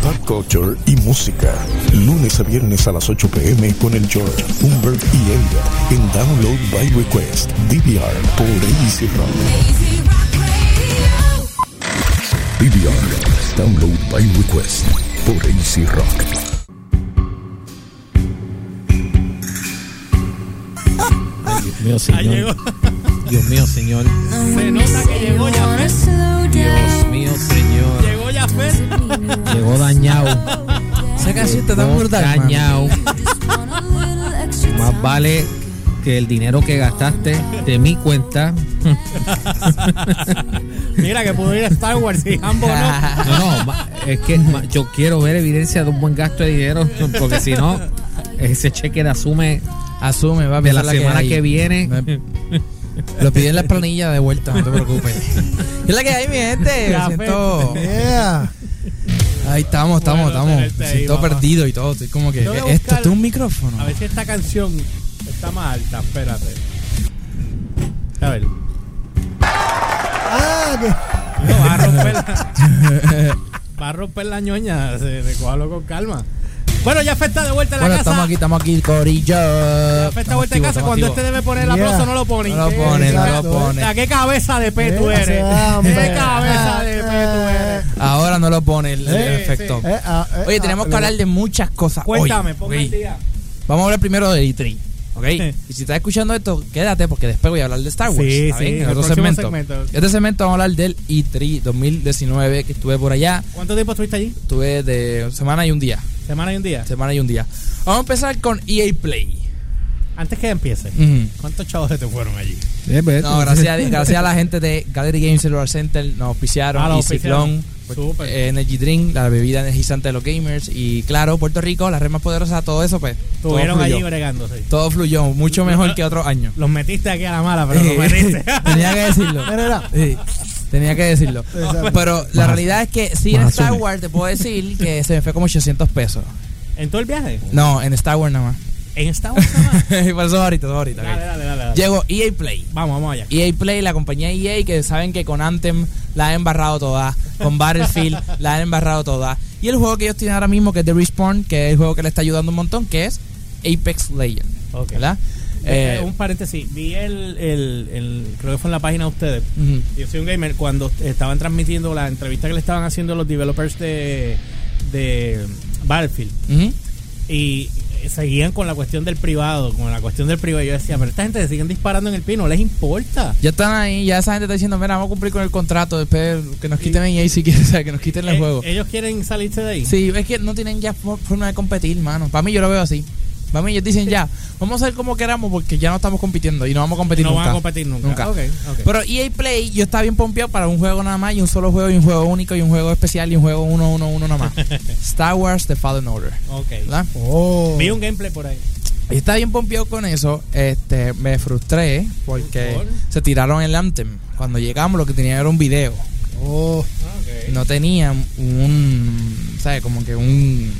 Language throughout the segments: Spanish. Pop culture y música. Lunes a viernes a las 8 pm con el George, Humbert y Elliot en Download by Request, DVR por Easy Rock. DVR, Download by Request por Easy Rock. Dios mío, señor. Dios mío, señor. Se nota que llegó ya. Dios mío, señor. Llegó ya Fer. Llegó dañado. Esa canción está tan Llegó brutal. mano. dañado. Más vale que el dinero que gastaste de mi cuenta. Mira que pudo ir a Star Wars y ambos no. No, no, ma- es que ma- yo quiero ver evidencia de un buen gasto de dinero, porque si no, ese cheque de asume Asume, va De la semana que viene. Lo piden la planilla de vuelta, no te preocupes. Es la que hay, mi gente. Ya, Me siento. Yeah. Ahí estamos, estamos, Bueno, estamos. tenerte Me ahí, siento papá. perdido y todo. Estoy como que. Yo voy a ¿qué es esto? buscar- ¿Esto es un micrófono? A ver si esta canción está más alta. Espérate. A ver. No, Ah, que- va a romper la, va a romper la ñoña. Se- Recójalo con calma. Bueno, ya Fer está de vuelta en la Bueno, casa. estamos aquí, estamos aquí, Corillo. Ya Fer está de vuelta en casa. Cuando este debe poner el Yeah. aplauso, no lo pone. No lo ¿Qué? pone, no lo Exacto. pone. ¿A qué cabeza de P Eh, tú eres? hombre. ¿Qué cabeza de P tú eres? Ahora no lo pone el, el Eh, efecto. eh, ah, eh, Oye, tenemos ah, que hablar de muchas cosas. hoy, Cuéntame, ponme ok. el día. Vamos a hablar primero de E3. ¿Ok? Sí. Y si estás escuchando esto, quédate porque después voy a hablar de Star Wars. Sí, ¿está sí, bien? En el otro próximo segmento. segmento. Este segmento vamos a hablar del E E3 2019 que estuve por allá. ¿Cuánto tiempo estuviste allí? Estuve de semana y un día. ¿Semana y un día? Semana y un día. Vamos a empezar con EA Play. Antes que empiece, Ujú. ¿cuántos chavos se te fueron allí? Eh, pues. No, gracias a, gracias a la gente de Gallery Games Cellular Center nos auspiciaron Ah, nos y Ciclón, auspiciaron. Súper. eh, Energy Drink, la bebida energizante de los gamers y claro, Puerto Rico, las redes más poderosas, todo eso pues. todo Estuvieron fluyó. allí bregándose. Todo fluyó, mucho mejor que otros años. Los metiste aquí a la mala, pero los metiste. Tenía que decirlo. Mira, mira. Sí, Tenía que decirlo. Exacto. Pero la realidad es que sí, en Más Star asume. Wars te puedo decir que se me fue como 800 pesos. ¿En todo el viaje? No, en Star Wars nada más. ¿En Estados Unidos? Por eso ahorita, eso ahorita. ok. Dale, dale, dale. dale. Llegó EA Play. Vamos, vamos allá. EA Play, la compañía EA, que saben que con Anthem la han embarrado toda, con Battlefield la han embarrado toda. Y el juego que ellos tienen ahora mismo, que es The Respawn, que es el juego que le está ayudando un montón, que es Apex Legends. Ok. ¿Verdad? Eh, Eh, un paréntesis. Vi el, el, el- Creo que fue en la página de ustedes. ujú. Yo soy un gamer. Cuando estaban transmitiendo la entrevista que le estaban haciendo los developers de, de Battlefield. Ujú. y seguían con la cuestión del privado, con la cuestión del privado. Yo decía, pero esta gente se siguen disparando en el pie, no les importa. Ya están ahí, ya esa gente está diciendo, mira, vamos a cumplir con el contrato, después que nos quiten EA si quieren, o sea, que nos quiten el Eh, juego. Ellos quieren salirse de ahí. Sí, es que no tienen ya for- forma de competir, mano. Para mí yo lo veo así. Para mí ellos dicen ya, vamos a hacer como queramos porque ya no estamos compitiendo y no vamos a competir no nunca. van a competir nunca. Nunca. Ok, ok. Pero EA Play, yo estaba bien pompeado para un juego nada más, y un solo juego, y un juego único, y un juego especial, y un juego uno, uno, uno nada más. Star Wars The Fallen Order. Ok. ¿Verdad? Oh. Vi un gameplay por ahí. Y estaba bien pompeado con eso. Este, me frustré porque ¿Por? se tiraron el Anthem. Cuando llegamos lo que tenían era un video. Oh. Ok. No tenían un, ¿sabes? Como que un...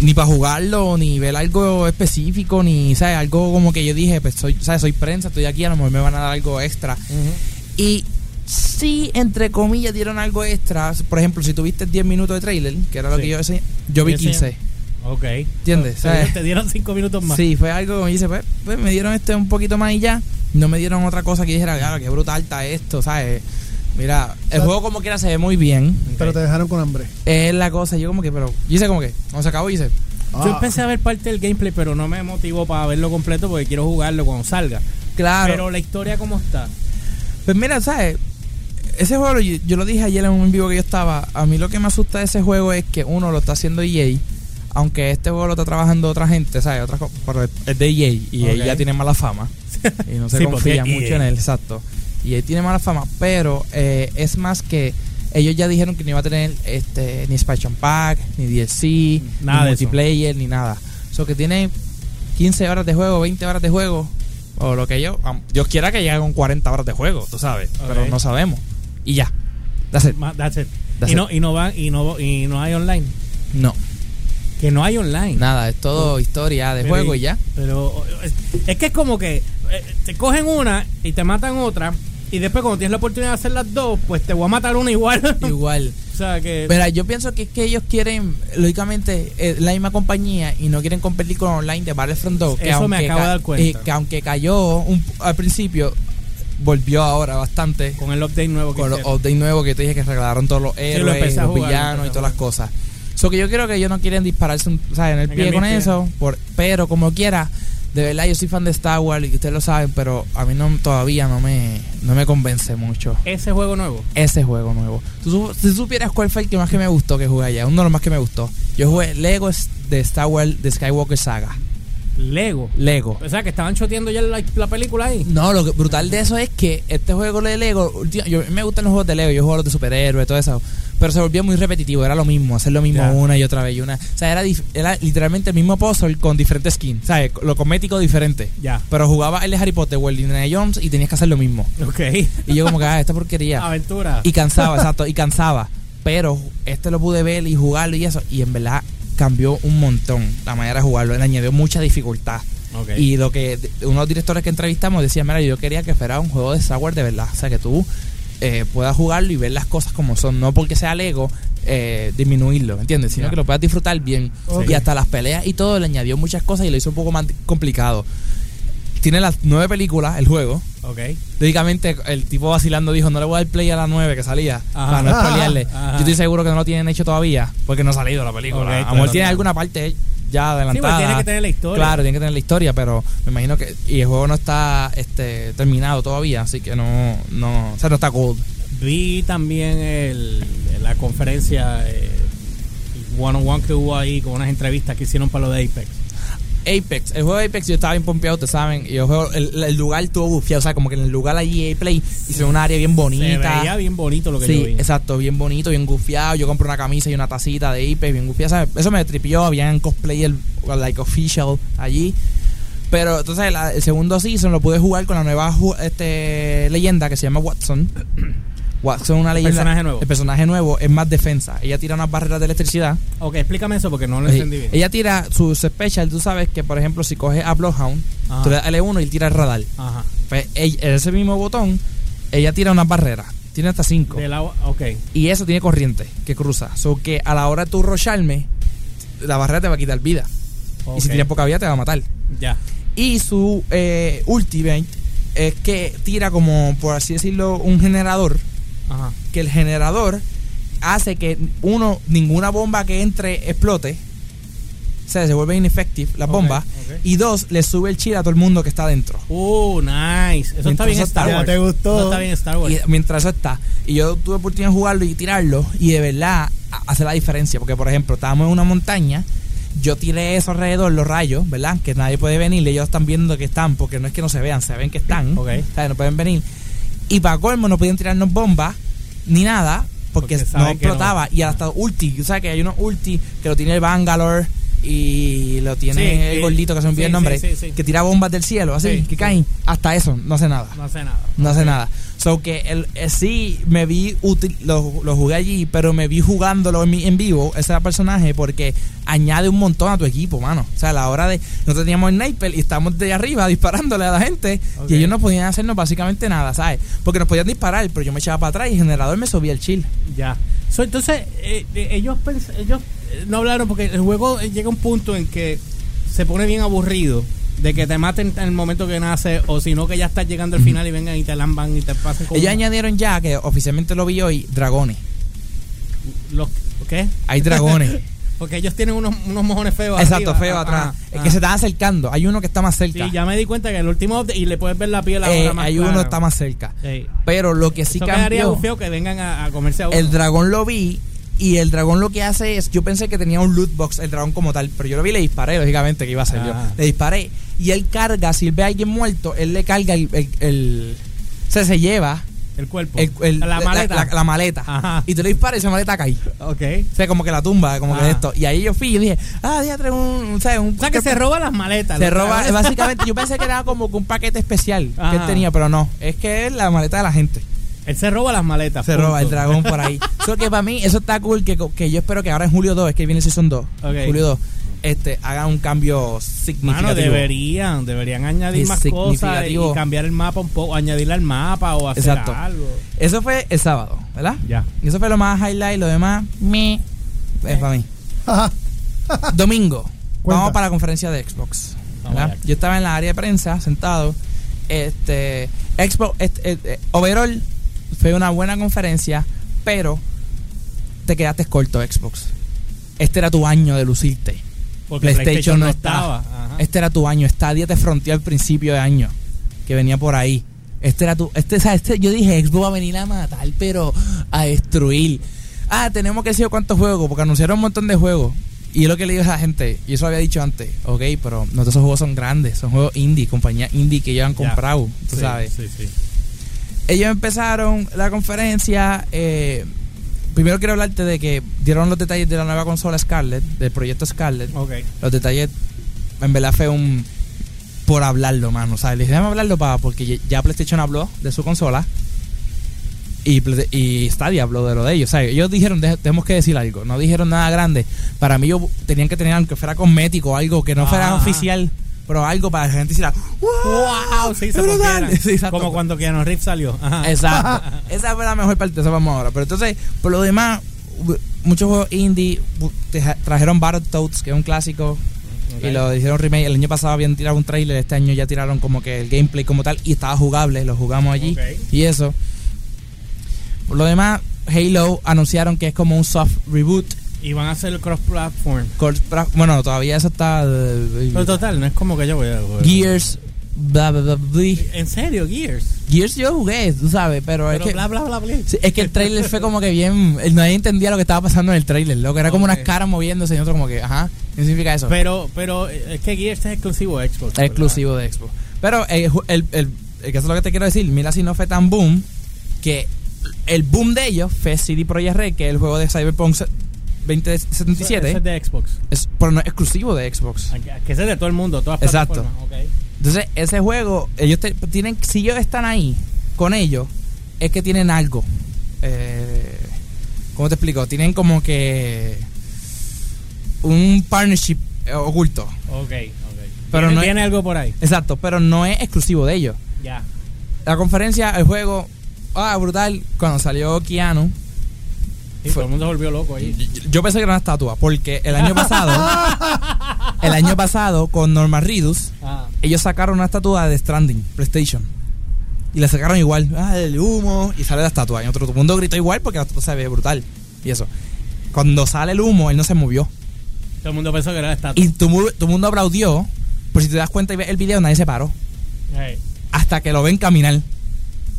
Ni para jugarlo, ni ver algo específico, ni, ¿sabes? Algo como que yo dije, pues soy, ¿sabes? Soy prensa, estoy aquí, a lo mejor me van a dar algo extra. Y sí, entre comillas, dieron algo extra. Por ejemplo, si tuviste 10 minutos de trailer, que era lo Sí. que yo decía, yo vi Yo ah, enseñé- 15. Ok. ¿Entiendes? Te, ¿Sabes? te dieron cinco minutos más. Sí, fue algo como dice, pues, pues, me dieron este un poquito más y ya. No me dieron otra cosa que dijera, claro, qué brutal está esto, ¿sabes? Mira, el Pero- juego como quiera se ve muy bien. Pero te dejaron con hambre. Es la cosa, yo como que, pero, yo hice como que, cuando se acabó, hice, Yo empecé a ver parte del gameplay, pero no me motivó para verlo completo porque quiero jugarlo cuando salga. claro. Pero la historia, ¿cómo está? Pues mira, ¿sabes? Ese juego, yo, yo lo dije ayer en un vivo que yo estaba. A mí lo que me asusta de ese juego es que uno lo está haciendo EA, aunque este juego lo está trabajando otra gente, ¿sabes? Otra co- pero es de E EA y Ok. EA ya tiene mala fama. Y no se Sí, porque E confía mucho EA. en él, exacto. EA tiene mala fama, pero eh, es más que ellos ya dijeron que no iba a tener este, ni expansion pack, ni DLC, Nada ni de eso. multiplayer, ni nada. O sea que tiene 15 horas de juego, 20 horas de juego, o lo que yo. am- Dios quiera que llegue con 40 horas de juego, tú sabes. Ok. Pero no sabemos. Y ya. That's it. Ma- That's it. That's y, no, y no van, y no, y no hay online. No. Que no hay online. Nada, es todo historia de Pero juego y ya. Pero es- es que es como que eh, te cogen una y te matan otra Y después cuando tienes la oportunidad de hacer las dos, pues te voy a matar una igual. Igual. o sea que... Mira, yo pienso que es que ellos quieren, lógicamente, eh, la misma compañía y no quieren competir con online de Battlefront 2. Que Eso me aunque acabo de dar cuenta. eh, que aunque cayó un- al principio, volvió ahora bastante. con el update nuevo que Con los hicieron. updates nuevos que te dije que regalaron todos los lo héroes, empecé a los jugar, lo villanos empecé y a todas las cosas. So que yo creo que ellos no quieren dispararse un- o sea, en el En el pie con mismo. eso, por, pero como quiera, de verdad yo soy fan de Star Wars y ustedes lo saben, pero a mí no todavía no me, no me convence mucho Ese juego nuevo. ese juego nuevo. Tú su- si supieras cuál fue el que más que me gustó que jugué allá, uno de los más que me gustó. Yo jugué Lego S- de Star Wars de Skywalker Saga. Lego. Lego. O sea, que estaban choteando ya la, la película ahí. No, lo que- brutal de eso es que este juego de Lego, ulti- yo, me gustan los juegos de Lego, yo juego los de superhéroes, todo eso, pero se volvió muy repetitivo, era lo mismo, hacer lo mismo Ya. una y otra vez y una. O sea, era, dif- era literalmente el mismo puzzle con diferentes skins, ¿sabes? Lo cosmético diferente. Ya. Pero jugaba el de Harry Potter o el de Indiana Jones y tenías que hacer lo mismo. Ok. Y yo como que, ah, esta porquería. Aventura. Y cansaba, exacto, y cansaba. Pero este lo pude ver y jugarlo y eso. Y en verdad cambió un montón la manera de jugarlo. Le añadió mucha dificultad. Ok. Y lo que unos directores que entrevistamos decían, mira, yo quería que fuera un juego de Star Wars de verdad. O sea, que tú eh, puedas jugarlo y ver las cosas como son. No porque sea Lego, eh, disminuirlo, ¿entiendes? Sino Ya. que lo puedas disfrutar bien. Ok. Y hasta las peleas y todo le añadió muchas cosas y lo hizo un poco más complicado. Tiene las nueve películas, el juego. ok. Lógicamente, el tipo vacilando dijo: No le voy a dar play a la 9 que salía. Ajá. para no spoilearle. Ajá. Yo estoy seguro que no lo tienen hecho todavía. Porque no ha salido la película. Ok, a lo claro, mejor tiene claro. alguna parte ya adelantada. tiene que tener la historia. Claro, tiene que tener la historia. Pero me imagino que. Y el juego no está este, terminado todavía. Así que no. no o sea, no está gold. Vi también el, la conferencia eh, one on one que hubo ahí con unas entrevistas que hicieron para lo de Apex. Apex, el juego de Apex yo estaba bien pompeado, ustedes saben. Y el, juego, el, el lugar estuvo bufiado. O sea, como que en el lugar allí, eh, Play, hizo un área bien bonita. Se veía bien bonito lo que sí, yo vi. exacto, bien bonito, bien gufiado. Yo compré una camisa y una tacita de Apex, bien gufiada. ¿sabes? Eso me tripió, habían cosplayer, like official allí. Pero entonces la- el segundo season lo pude jugar con la nueva ju- este, leyenda que se llama Watson. Watson, una leyenda. personaje nuevo. El personaje nuevo es más defensa. Ella tira unas barreras de electricidad. Ok, explícame eso porque no lo Sí. entendí bien. Ella tira sus special. Tú sabes que, por ejemplo, si coges a Bloodhound, Ajá. tú le das L1 y él tira el radar. Ajá. Pues, ella- en ese mismo botón, ella tira unas barreras. Tiene hasta 5 Del agua. Ok. y eso tiene corriente que cruza. So que a la hora de tú rocharme, la barrera te va a quitar vida. Y si Ok. tienes poca vida, te va a matar. Ya. Y su eh, ultimate es que tira como, por así decirlo, un generador. Ajá. Que el generador hace que uno, ninguna bomba que entre explote. O sea, se vuelve ineffective la Ok, bomba. ok. Y dos, le sube el chill a todo el mundo que está adentro. Uh, nice. Eso está Entonces, bien Star ya Wars. te gustó. Eso está bien Star Wars. Y mientras eso está. Y yo tuve oportunidad de jugarlo y tirarlo. Y de verdad a- hace la diferencia. Porque, por ejemplo, estábamos en una montaña. Yo tiré eso alrededor, los rayos, ¿verdad? Que nadie puede venir. y Ellos están viendo que están. Porque no es que no se vean, se ven que están. Ok. O sea, no pueden venir. Y para colmo, no podían tirarnos bombas ni nada. Porque, Porque no saben que no. explotaba. Y hasta ulti. O sea, que hay unos ulti que lo tiene el Bangalore. Y lo tiene Sí, el sí. gordito que se me olvidó Sí, el nombre. sí, sí, sí. Que tira bombas del cielo, así, Sí, que sí. caen. Hasta eso, no hace nada. No hace nada. No hace nada. So que el, eh, sí me vi útil, lo, lo jugué allí, pero me vi jugándolo en, mi- en vivo, ese personaje, porque añade un montón a tu equipo, mano. O sea, a la hora de. No teníamos sniper y estamos de arriba disparándole a la gente Ok. y ellos no podían hacernos básicamente nada, ¿sabes? Porque nos podían disparar, pero yo me echaba para atrás y el generador me subía el chill. Ya. So, entonces, eh, eh, ellos, pens- ellos eh, no hablaron porque el juego eh, llega a un punto en que se pone bien aburrido de que te maten en el momento que nace o si no que ya estás llegando al final y vengan y te lamban y te pasen con Ellos una- añadieron ya, que oficialmente lo vi hoy, dragones. los ¿qué? Hay dragones. Porque ellos tienen unos, unos mojones feos Exacto, arriba. feo Ah, atrás. ah, Es ah. que se están acercando. Hay uno que está más cerca. Sí, ya me di cuenta que el último update- y le puedes ver la piel Eh, ahora más hay clara. uno que está más cerca. Sí. Pero lo que sí Eso quedaría cambió. feo que vengan a, a comerse a uno. El dragón lo vi. Y el dragón lo que hace es. Yo pensé que tenía un loot box, el dragón como tal. Pero yo lo vi y le disparé, lógicamente, que iba a ser Ah. yo. Le disparé. Y él carga, si él ve a alguien muerto, él le carga el. el, el- o sea, se lleva El cuerpo. el- el- la maleta. la- la maleta. Ajá. Y tú le disparas y esa maleta cae. ok. O sea, como que la tumba, como que Ah. esto. Y ahí yo fui y dije, ah, diatre, un. ¿sabes? Un O sea que se roba las maletas. se los roba, dragones. básicamente, yo pensé que era como que un paquete especial que él Ajá. tenía, pero no. Es que es la maleta de la gente. Él se roba las maletas. Se punto. roba el dragón por ahí. Eso que para mí, eso está cool. Que, que yo espero que ahora en julio 2, es que viene el season 2. Ok. Julio 2. este, hagan un cambio significativo. Mano, deberían, deberían añadir Es más cosas y significativo. cambiar el mapa un poco, añadirle al mapa o hacer Exacto. algo. Eso fue el sábado, ¿verdad? Ya. Y eso fue lo más highlight, lo demás, me, es para mí. Ajá. Domingo, Cuenta. vamos para la conferencia de Xbox. Vamos ¿verdad? allá. Yo estaba en la área de prensa, sentado. Este, Xbox, este, este, overall, fue una buena conferencia, pero te quedaste corto, Xbox. Este era tu año de lucirte. Porque PlayStation no estaba. Ajá. Este era tu año. Stadia te fronteó al principio de año. Que venía por ahí. Este era tu. Este, o sea, este, yo dije, Xbox va a venir a matar, pero a destruir. Ah, tenemos que decir cuántos juegos, porque anunciaron un montón de juegos. Y es lo que le digo a la gente, y eso lo había dicho antes, ok, pero no todos esos juegos son grandes, son juegos indie, compañías indie que ya han Ya. comprado, tú Sí, sabes Sí, sí. ellos empezaron la conferencia. eh, primero quiero hablarte de que dieron los detalles de la nueva consola Scarlett, del proyecto Scarlett. Ok. Los detalles, en verdad, fue un. Por hablarlo, mano. O sea, les déjame hablarlo para. Porque ya- ya PlayStation habló de su consola. Y, Pl- y Stadia habló de lo de ellos. O sea, ellos dijeron, "Deje- tenemos que decir algo. No dijeron nada grande. Para mí, yo tenían que tener, aunque fuera cosmético, algo que no fuera Ah. oficial, pero algo para que la gente hiciera. ¡Wow! ¡Wow! Sí, ¡Es se brutal". rompieron. Sí, exacto. Como cuando Keanu Reeves salió. Ajá. Exacto. Esa fue la mejor parte, eso vamos ahora. Pero entonces, por lo demás, hubo muchos juegos indie bu- teja- trajeron Battletoads, que es un clásico, Ok. y lo hicieron remake. El año pasado habían tirado un trailer, este año ya tiraron como que el gameplay como tal, y estaba jugable, lo jugamos allí, Ok. y eso. Por lo demás, Halo anunciaron que es como un soft reboot. Y van a hacer el cross-platform. Cor- pra- Bueno, todavía eso está. eh, Pero total, no es como que yo voy a... Gears, bla bla bla. bla. ¿En serio? Gears. Gears yo jugué, tú sabes, pero, Pero es que. bla, bla, bla, bla. Sí, es que el trailer fue como que bien. el- Nadie entendía lo que estaba pasando en el trailer, loco. Era como Ok. unas caras moviéndose y otro como que, ajá, ¿qué significa eso? Pero, pero eh, es que Gears es exclusivo de Xbox. ¿verdad? Exclusivo de Xbox. Pero el, ju- el, el- el que eso es lo que te quiero decir. Mira si no fue tan boom que el boom de ellos fue CD Projekt Red, que es el juego de Cyberpunk se- Eso- eso 2077. es de Xbox. Es, pero no es exclusivo de Xbox. Aquí- Que ese es de todo el mundo, todas las Exacto. plataformas. ok. Entonces, ese juego, ellos te- tienen, si ellos están ahí con ellos, es que tienen algo. Eh, ¿Cómo te explico? Tienen como que un partnership eh, oculto. Ok, ok. Pero Pero no no hay- tiene algo por ahí. Exacto, pero no es exclusivo de ellos. Ya. La conferencia, el juego, ah, brutal. Cuando salió Keanu, Y Fue- todo el mundo se volvió loco ahí. yo, yo pensé que era una estatua, porque el año pasado, el año pasado con Norman Reedus, Ah. ellos sacaron una estatua de Stranding, PlayStation. Y la sacaron igual. Ah, el humo. Y sale la estatua. Y otro todo el mundo gritó igual porque la estatua se ve brutal. Y eso. Cuando sale el humo, él no se movió. Todo el mundo pensó que era la estatua. Y todo mu- todo el mundo aplaudió. Pero si te das cuenta y ves el video, nadie se paró. Hey. Hasta que lo ven caminar.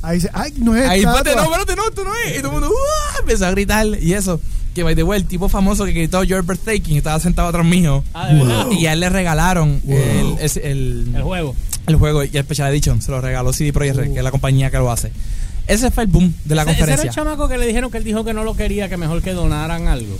Ahí dice, ay, no es Ahí, estatua. espérate, no, espérate, no, esto no es. Y todo el mundo "Uah", empezó a gritar. Y eso. Que by the way, el tipo famoso que gritó Your Birthday, quien estaba sentado atrás mío. Ah, de verdad. Y a él le regalaron el, es- el- El juego. el juego y el Special Edition se lo regaló CD Projekt Red, que es la compañía que lo hace. Ese fue el boom de la Ese- Ese era conferencia. el chamaco que le dijeron que él dijo que no lo quería, que mejor que donaran algo.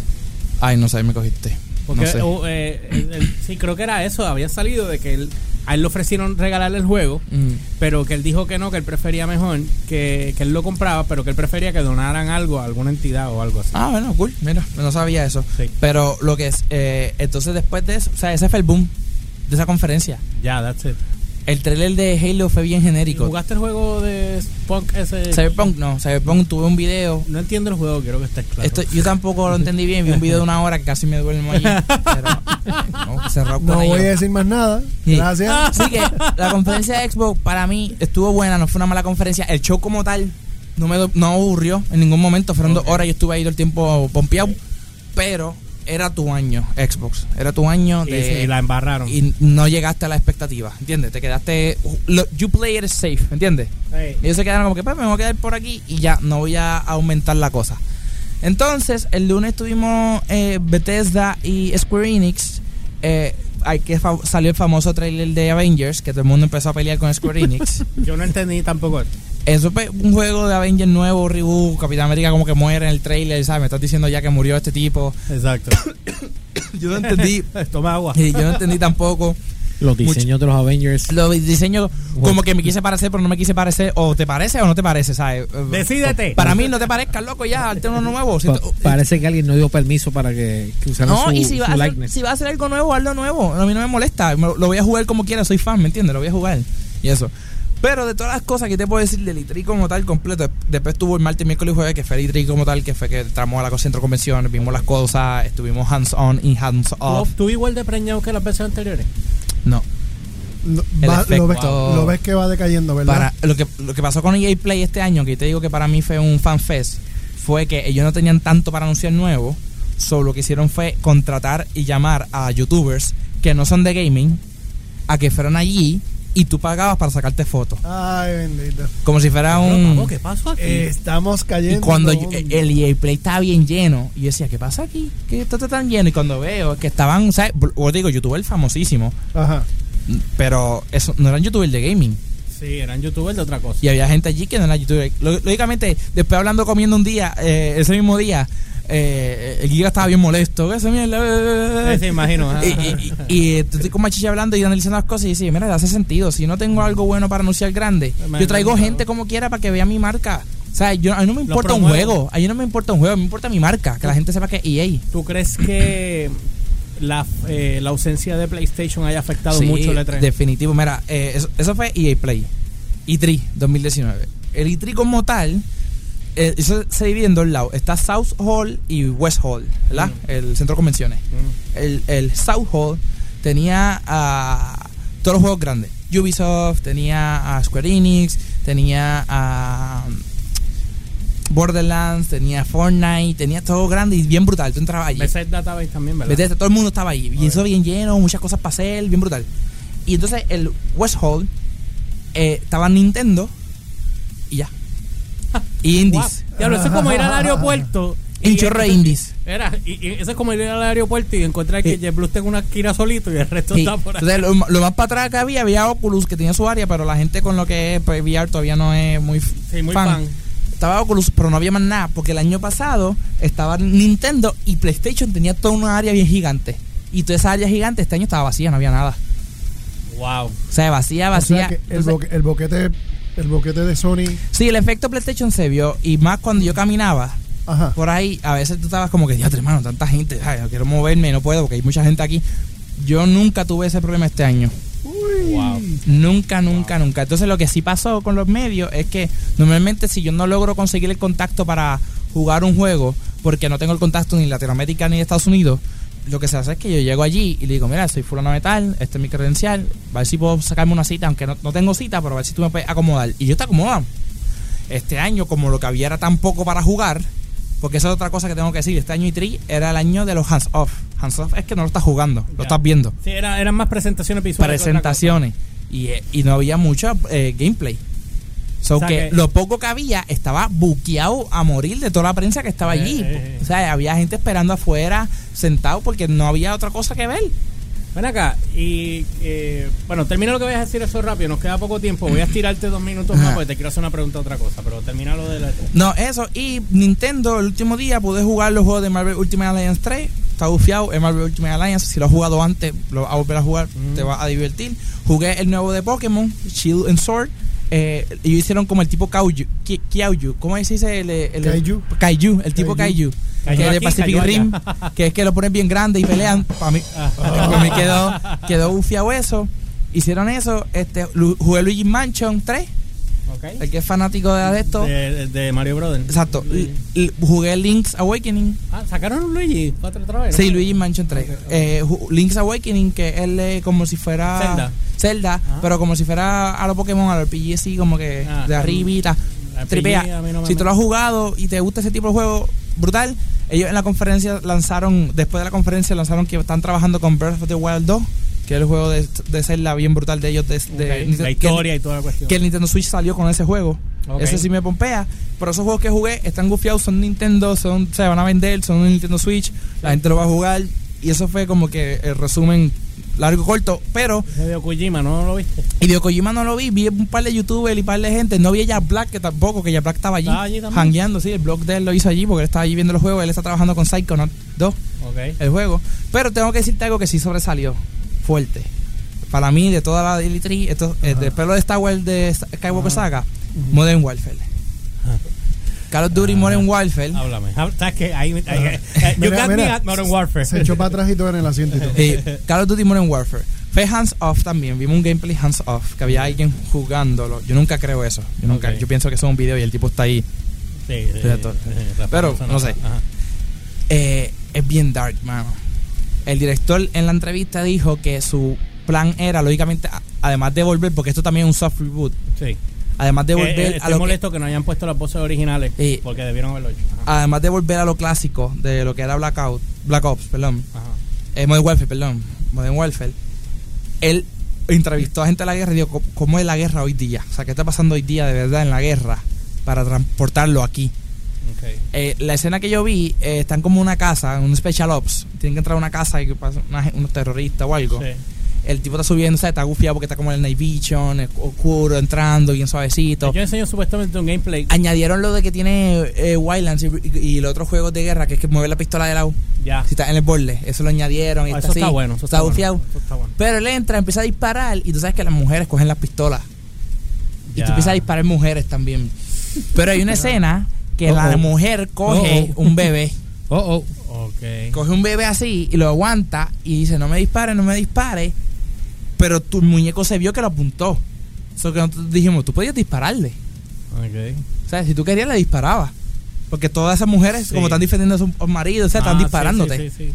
Ay, no sé, me cogiste. Porque no sé. o, eh, el- el- sí, creo que era eso. Había salido de que él, a él le ofrecieron regalarle el juego, Mm. pero que él dijo que no, que él prefería mejor, que, que él lo compraba, pero que él prefería que donaran algo a alguna entidad o algo así. Ah, bueno, cool. Mira, no sabía eso. Sí. Pero lo que es, eh, entonces después de eso, o sea, ese fue el boom de esa conferencia. Ya, that's it. El trailer de Halo fue bien genérico. ¿Jugaste el juego de Spunk ese? Cyberpunk, no, Cyberpunk tuve un video. No entiendo el juego, quiero que estés claro. Esto, yo tampoco lo entendí bien, vi un video de una hora que casi me duermo allí. Pero no, cerrado No con ello. voy a decir más nada. Sí. Ah. Ah. Gracias. Así que la conferencia de Xbox para mí estuvo buena, no fue una mala conferencia. El show como tal no me do- no aburrió en ningún momento. Fueron dos horas, yo estuve ahí todo el tiempo pompeado. Pero era tu año, Xbox. Era tu año Y de. sí, y la embarraron. y no llegaste a la expectativa, ¿entiendes? Te quedaste. lo- you play it safe, ¿entiendes? Ey. Ellos se quedaron como que, pues, me voy a quedar por aquí y ya, no voy a aumentar la cosa. Entonces, el lunes tuvimos eh, Bethesda y Square Enix. Eh, hay que fa- salió el famoso trailer de Avengers, que todo el mundo empezó a pelear con Square Enix. Yo no entendí tampoco esto. Eso fue un juego de Avengers nuevo, reboot, Capitán América como que muere en el trailer, ¿sabes? Me estás diciendo ya que murió este tipo. Exacto. Yo no entendí. Toma agua. Y yo no entendí tampoco. Los diseños de los Avengers. Los diseños como que me quise parecer, pero no me quise parecer. O te parece o no te parece, ¿sabes? Decídete. Para mí no te parezca, loco, ya, hazte uno nuevo. Si Pa- tú- parece que alguien no dio permiso para que, que usaran no, su, y si va, su a hacer, likeness. si va a hacer algo nuevo, hazlo nuevo. A mí no me molesta. Me Lo lo voy a jugar como quiera, soy fan, ¿me entiendes? Lo voy a jugar. Y eso. Pero de todas las cosas que te puedo decir del E3 como tal completo, después tuvo el martes, miércoles y jueves, que fue el E3 como tal, que fue que entramos a la co- centro de convenciones, vimos las cosas, estuvimos hands on y hands ¿Tú, off. tú igual de preñado que las veces anteriores? No. Lo, El va- lo ves, efecto- lo ves que va decayendo, ¿verdad? Para, lo, que, lo que pasó con EA Play este año, que te digo que para mí fue un fanfest, fue que ellos no tenían tanto para anunciar nuevo. Solo lo que hicieron fue contratar y llamar a youtubers que no son de gaming a que fueran allí y tú pagabas para sacarte fotos. Ay, bendito. Como si fuera No, un. papo, ¿Qué pasó aquí? Estamos Y cayendo. cuando yo- eh, el EA Play estaba bien lleno, y yo decía, ¿qué pasa aquí? ¿Qué está está tan lleno? Y cuando veo que estaban, ¿sabes? O digo, youtubers famosísimos, Ajá. pero eso, no eran youtubers de gaming. sí, eran youtubers de otra cosa. Y había gente allí que no era youtuber. Lo- Lógicamente, después hablando comiendo un día, eh, ese mismo día, eh, el Giga estaba bien molesto. "Esa mierda, eh, eh, Sí, sí, eh". imagino. ajá, Y, ajá. y- y- y, eh, estoy con Machiche hablando y analizando las cosas y dice, mira, hace sentido. Si no tengo algo bueno para anunciar grande, yo traigo gente como quiera para que vea mi marca. O sea, yo, a mí no me importa un promuevo. juego, a mí no me importa un juego, a mí me importa mi marca, que la gente sepa que es EA. ¿Tú crees que la, eh, la ausencia de PlayStation haya afectado Sí, mucho E el E3? Definitivo. Mira, eh, eso, eso fue EA Play. E E3 2019. El E3 como tal, eh, eso se divide en dos lados. Está South Hall y West Hall, ¿verdad? El centro de convenciones. Mm. El, el South Hall tenía a todos los juegos grandes. Ubisoft, tenía a Square Enix, tenía a mm, Borderlands, tenía Fortnite, tenía todo grande y bien brutal. Tú entrabas allí. Bethesda Database también, ¿verdad? Bethesda, todo el mundo estaba ahí. Y eso bien lleno, muchas cosas para hacer, bien brutal. Y entonces el West Hall eh, estaba Nintendo y ya. Y indies. Guau. Diablo, eso es como ir al aeropuerto. Y un chorro de indies. Era, y, y eso es como ir al aeropuerto y encontrar que Sí. JetBlue está en una esquina solito y el resto Sí. está por ahí. Entonces, lo, lo más para atrás que había, había Oculus que tenía su área, pero la gente con lo que es pues, VR todavía no es muy, f- Sí, muy fan. Estaba Oculus, pero no había más nada, porque el año pasado estaba Nintendo y PlayStation tenía toda una área bien gigante. Y toda esa área gigante este año estaba vacía, no había nada. Wow. O sea, vacía, O vacía. sea que el, Entonces- boque- el boquete, el boquete de Sony. Sí, el efecto PlayStation se vio y más cuando yo caminaba Ajá. por ahí, a veces tú estabas como que, diatre, hermano, tanta gente, ay, no quiero moverme, no puedo porque hay mucha gente aquí. Yo nunca tuve ese problema este año. Uy. Wow. Nunca, nunca, nunca. Entonces lo que sí pasó con los medios es que normalmente si yo no logro conseguir el contacto para jugar un juego, porque no tengo el contacto ni en Latinoamérica ni en Estados Unidos, lo que se hace es que yo llego allí y le digo, mira, soy fulano de tal, este es mi credencial, a ver si puedo sacarme una cita, aunque no, no tengo cita, pero a ver si tú me puedes acomodar. Y yo te acomodo. Este año, como lo que había era tan poco para jugar, porque esa es otra cosa que tengo que decir, este año E3 era el año de los hands-off. Hands-off es que no lo estás jugando, lo Ya. estás viendo Sí, era, eran más presentaciones visuales. que otra presentaciones y, eh, y no había mucho eh, gameplay. So O sea que, que- lo poco que había estaba buqueado a morir de toda la prensa que estaba Eh, allí. eh, eh. O sea, había gente esperando afuera, sentado, porque no había otra cosa que ver. cosa. Ven acá. Y eh, bueno, termina lo que voy a decir eso rápido. Nos queda poco tiempo. Voy a estirarte dos minutos más Ajá. porque te quiero hacer una pregunta otra cosa. Pero termina lo de la. No, eso. Y Nintendo, el último día pude jugar los juegos de Marvel Ultimate Alliance 3. Está bufiado en Marvel Ultimate Alliance. Si lo has jugado antes, lo vas a volver a jugar. Te vas a divertir. Jugué el nuevo de Pokémon, Shield and Sword. Eh, ellos hicieron como el tipo Kaiju. Ki- Kiauju. ¿Cómo se dice? El, el- Kaiju. Kaiju, el tipo Kaiju. Kaiju. que Kaiju es de aquí, Pacific Kaiju Rim. allá. Que es que lo ponen bien grande y pelean. Para mí, pa' mí quedó, quedó bufiado eso. Hicieron eso. Este, lu- jugué Luigi Mansion 3. El Ok. que es fanático de esto. De, de Mario Brothers. Exacto. Luigi. L- l- jugué Link's Awakening. Ah, sacaron un Luigi. Otra, otra vez. ¿no? Sí, Luigi Mansion 3. Eh, ju- Link's Awakening, que él es como si fuera. Zelda. Zelda, Ah. pero como si fuera a los Pokémon, a los RPG así, como que Ah, de el- arribita. RPG Tripea. a mí no me si tú mete. lo has jugado y te gusta ese tipo de juego, brutal. Ellos en la conferencia lanzaron, después de la conferencia, lanzaron que están trabajando con Breath of the Wild 2, que es el juego de, de Zelda bien brutal de ellos. De, de- Ok, La que- historia y toda la cuestión. que el Nintendo Switch salió con ese juego. Ok. Ese sí me pompea. Pero esos juegos que jugué están gufiados, son Nintendo, son, se van a vender, son un Nintendo Switch, la gente lo va a jugar. Y eso fue como que el resumen largo y corto. Pero Hideo Kojima, ¿no lo viste? Hideo Kojima no lo vi, vi un par de youtubers y un par de gente. No vi a Jack Black, que tampoco, que Jack Black estaba allí, Estaba allí también. hangueando, sí. El blog de él lo hizo allí porque él estaba allí viendo los juegos. Él está trabajando con Psychonaut 2, Ok. el juego. Pero tengo que decirte algo que sí sobresalió fuerte. para mí, de toda la Daily Tree, esto, el del pelo de Star Wars de Skywalker Saga, Modern Warfare. Call of Duty Modern Warfare. Háblame. Hab- ¿Sabes qué? Ahí, ahí- eh, you Mira, got me mira, at Modern Warfare. Se echó para atrás y todo en el asiento y todo. Y Call of Duty Modern Warfare. Fue hands off también. Vimos un gameplay hands off. Que había alguien jugándolo. Yo nunca creo eso. Yo nunca. Ok. Yo pienso que eso es un video y el tipo está ahí. Sí, sí, Exacto. sí, sí, la Pero, persona- no sé. Ajá. Eh, es bien dark, mano. El director en la entrevista dijo que su plan era, lógicamente, a- además de volver, porque esto también es un soft reboot, Sí. además de Eh, volver eh, a estoy lo que- molesto que no hayan puesto las voces originales Sí. porque debieron haberlo hecho. Ajá, además de volver a lo clásico de lo que era Blackout, Black Ops, perdón, ajá. eh, Modern Warfare, perdón, Modern Warfare, él entrevistó a gente de la guerra y dijo, "¿Cómo- ¿cómo es la guerra hoy día? O sea, ¿qué está pasando hoy día de verdad en la guerra para transportarlo aquí? Ok. Eh, la escena que yo vi, eh, están como en una casa, en un special ops, tienen que entrar a una casa y que pasa una- unos terroristas o algo. Sí. El tipo está subiendo, o sea, está gufiado porque está como en el night vision, es oscuro, entrando bien suavecito. Yo enseño supuestamente un gameplay. Añadieron lo de que tiene eh, Wildlands y, y los otros juegos de guerra, que es que mueve la pistola de lado. Ya. Si está en el borde, eso lo añadieron. y Ah, está eso está así, bueno. Eso está, está, bueno, gufiado. eso está bueno. Pero él entra, empieza a disparar y tú sabes que las mujeres cogen las pistolas. Y Ya. tú empiezas a disparar mujeres también. Pero hay una escena que la Uh-oh. mujer coge Uh-oh. un bebé. Oh, oh. Ok. coge un bebé así y lo aguanta y dice, no me dispare, no me dispare. Pero tu muñeco se vio que lo apuntó. Eso que nosotros dijimos, tú podías dispararle. Ok. O sea, si tú querías, le disparabas. Porque todas esas mujeres, Sí. como están defendiendo a sus maridos, o sea, Ah, están sí, disparándote. sí, sí, sí.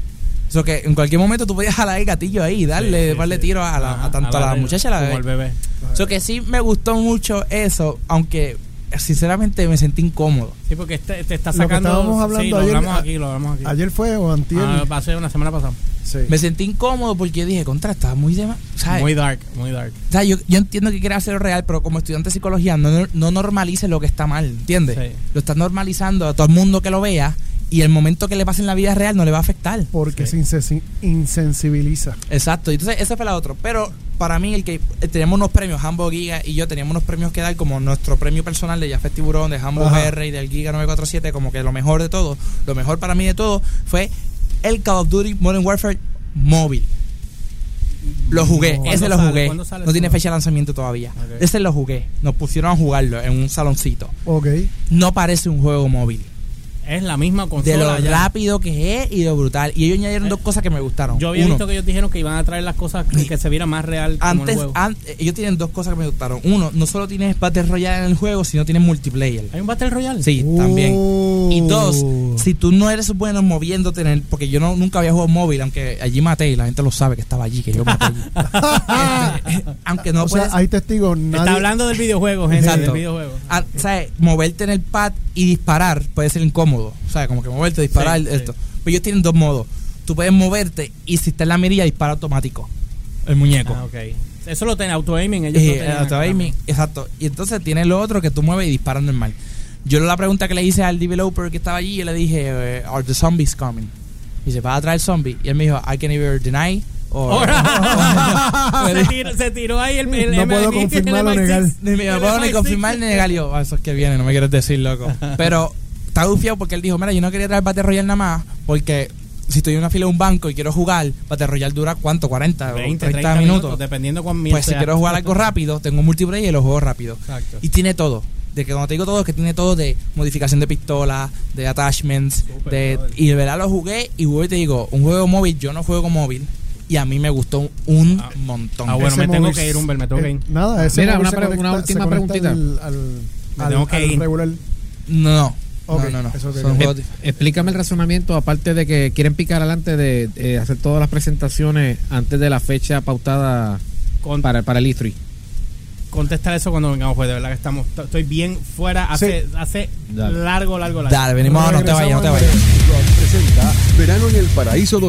Eso que en cualquier momento tú podías jalar el gatillo ahí y darle, Sí, sí, darle sí. tiro a, la, Ajá, a tanto a la, muchacha y a la como bebé. al bebé. Eso que sí me gustó mucho eso, aunque sinceramente me sentí incómodo. Sí, porque este, este está Lo que sacando. estábamos hablando sí, lo ayer- hablamos aquí, lo hablamos aquí. Ayer fue o antier. eh, Ah, va a ser una semana pasada. sí. Me sentí incómodo porque dije, contra, estaba muy de más. ¿sabes? Muy dark, muy dark. O sea, yo, yo entiendo que quiere hacerlo real, pero como estudiante de psicología, no, no normalice lo que está mal, ¿entiendes? Sí. Lo estás normalizando a todo el mundo que lo vea y el momento que le pase en la vida real no le va a afectar. Porque Sí. se insensi- insensibiliza. Exacto, y entonces ese fue la otro. Pero para mí, el que eh, teníamos unos premios, Hambo Giga y yo teníamos unos premios que dar, como nuestro premio personal de Jafet Tiburón, de Hambo Ajá. R y del Giga 947, como que lo mejor de todo, lo mejor para mí de todo fue el Call of Duty Modern Warfare móvil. Lo jugué, ¿Cuándo ese lo sale? jugué. ¿Cuándo sale No tiene eso? fecha de lanzamiento todavía. Ok. Ese lo jugué. Nos pusieron a jugarlo en un saloncito. Ok. No parece un juego móvil. Es la misma De consola. lo ya. rápido que es y de lo brutal. Y ellos añadieron Eh, dos cosas que me gustaron. Yo había Uno, visto que ellos dijeron que iban a traer las cosas que, que se viera más real como el Antes, ah. juego. an- eh, ellos tienen dos cosas que me gustaron. Uno, no solo tienes Battle Royale en el juego, sino tienes multiplayer. ¿Hay un Battle Royale? Sí, también. Y dos, Uh. si tú no eres bueno moviéndote en el- Porque yo no, nunca había jugado móvil, aunque allí maté y la gente lo sabe que estaba allí, que yo maté allí. Este, aunque no o puedes... sea, hay testigos. Nadie, Está hablando del videojuego, gente. Exacto. Del videojuego. ah, ¿sabes? Moverte en el pad y disparar puede ser incómodo. ¿Sabes? Como que moverte, disparar, Sí, sí. esto. Pero ellos tienen dos modos. Tú puedes moverte y si está en la mirilla, dispara automático. El muñeco. Ah, ok. Eso lo tienen auto-aiming. Ellos lo Eh, tenían auto acá aiming, exacto. Y entonces tiene lo otro que tú mueves y disparas normal. Yo la pregunta que le hice al developer que estaba allí, yo le dije, eh, ¿Are the zombies coming? Y dice, ¿va a traer zombies? Y él me dijo, I can either deny Oh, or... también. se, tiró, se tiró ahí el, el No puedo MI6, confirmar o el MI6. negar. Ni me El puedo ni MI6. confirmar ni negar. Y yo, "Ah, eso es que viene, no me quieres decir, loco. Pero está gufiado porque él dijo, mira, yo no quería traer Battle Royale nada más porque si estoy en una fila de un banco y quiero jugar, Battle Royale dura, ¿cuánto? ¿40 o 20, 30, minutos? dependiendo cuán Pues si quiero jugar algo rápido, tengo multiplayer y lo juego rápido. Exacto. Y tiene todo. De que cuando te digo todo, es que tiene todo de modificación de pistola, de attachments, Súper, de brother. y de verdad lo jugué y voy y te digo, un juego móvil, yo no juego móvil y a mí me gustó un Ah, montón. ah, bueno, Ese me tengo móvil- que ir, Humber, me tengo que ir. Eh, Nada, ese Mira, móvil una se pre- una conecta- última se conecta preguntita. Al, al, Me al- tengo que al ir. regular. No, no. Ok, no, no, no. eso es lo que Son quería. juegos dif- Explícame el razonamiento, aparte de que quieren picar adelante de eh, hacer todas las presentaciones antes de la fecha pautada Con- para, para el E3. contestar eso cuando vengamos, pues de verdad que estamos, t- estoy bien fuera, hace, hace Dale. largo, largo, largo. Dale, venimos, no te vayas, no te vayas. Rock presenta Verano en el Paraíso